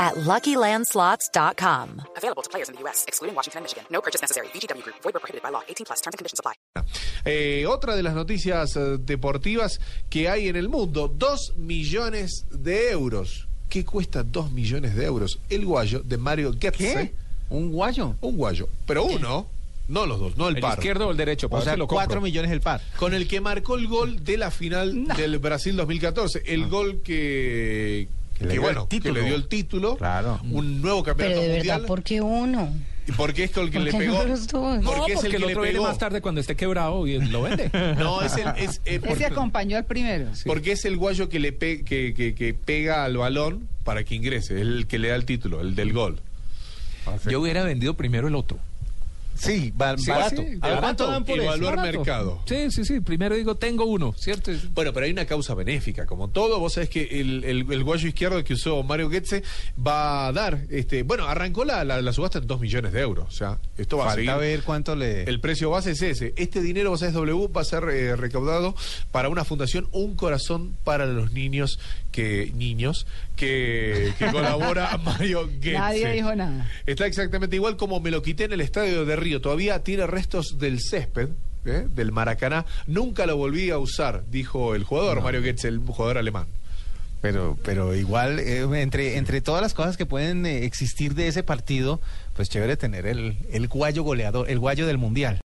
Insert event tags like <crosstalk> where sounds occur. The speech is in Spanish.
at LuckyLandSlots.com. Available to players in the U.S., excluding Washington and Michigan. No purchase necessary. VGW Group. Void where prohibited by law. 18 plus. Terms and conditions apply. Eh, otra de las noticias eh, deportivas que hay en el mundo, 2 millones de euros. ¿Qué cuesta 2 millones de euros? El guayo de Mario Götze. ¿Un guayo? Un guayo, pero uno, no los dos, no el, ¿El par. izquierdo o el derecho? Para O sea, lo compro. 4 millones el par. Con el que marcó el gol de la final del Brasil 2014. El Ah. gol que... Que le que, dio bueno, el que título. le dio el título. Claro. Un nuevo campeonato Pero de mundial. verdad, ¿por qué uno? Y Porque es el que ¿Por le qué no pegó. los dos? No, Porque es el porque que el le otro viene pegó. más tarde cuando esté quebrado y lo vende. No, es el... Es, eh, porque- Ese acompañó al primero. Porque es el guayo que le pe- que, que- que pega al balón para que ingrese, es el que le da el título, el del gol. <laughs> Yo hubiera vendido primero el otro. Sí, ba- Sí, barato. sí, ¿A barato. cuánto dan por eso? Evaluar Barato. mercado. Sí, sí, sí. Primero digo, tengo uno, ¿cierto? Bueno, pero hay una causa benéfica, como todo. Vos sabés que el, el- el guayo izquierdo que usó Mario Goetze va a dar, este, bueno, arrancó la, la- la subasta en 2 millones de euros. O sea, esto va a Falta seguir. ver cuánto le... El precio base es ese. Este dinero, vos sabés, W, va a ser eh, recaudado para una fundación Un Corazón para los Niños que niños que, que <laughs> colabora Mario Goetze. Nadie dijo nada. Está exactamente igual como me lo quité en el estadio de Río. Todavía tiene restos del césped. ¿eh? del Maracaná, nunca lo volví a usar, dijo el jugador Mario Goetz, el jugador alemán. Pero, pero igual, eh, entre, entre todas las cosas que pueden eh, existir de ese partido, pues chévere tener el, el guayo goleador, el guayo del mundial.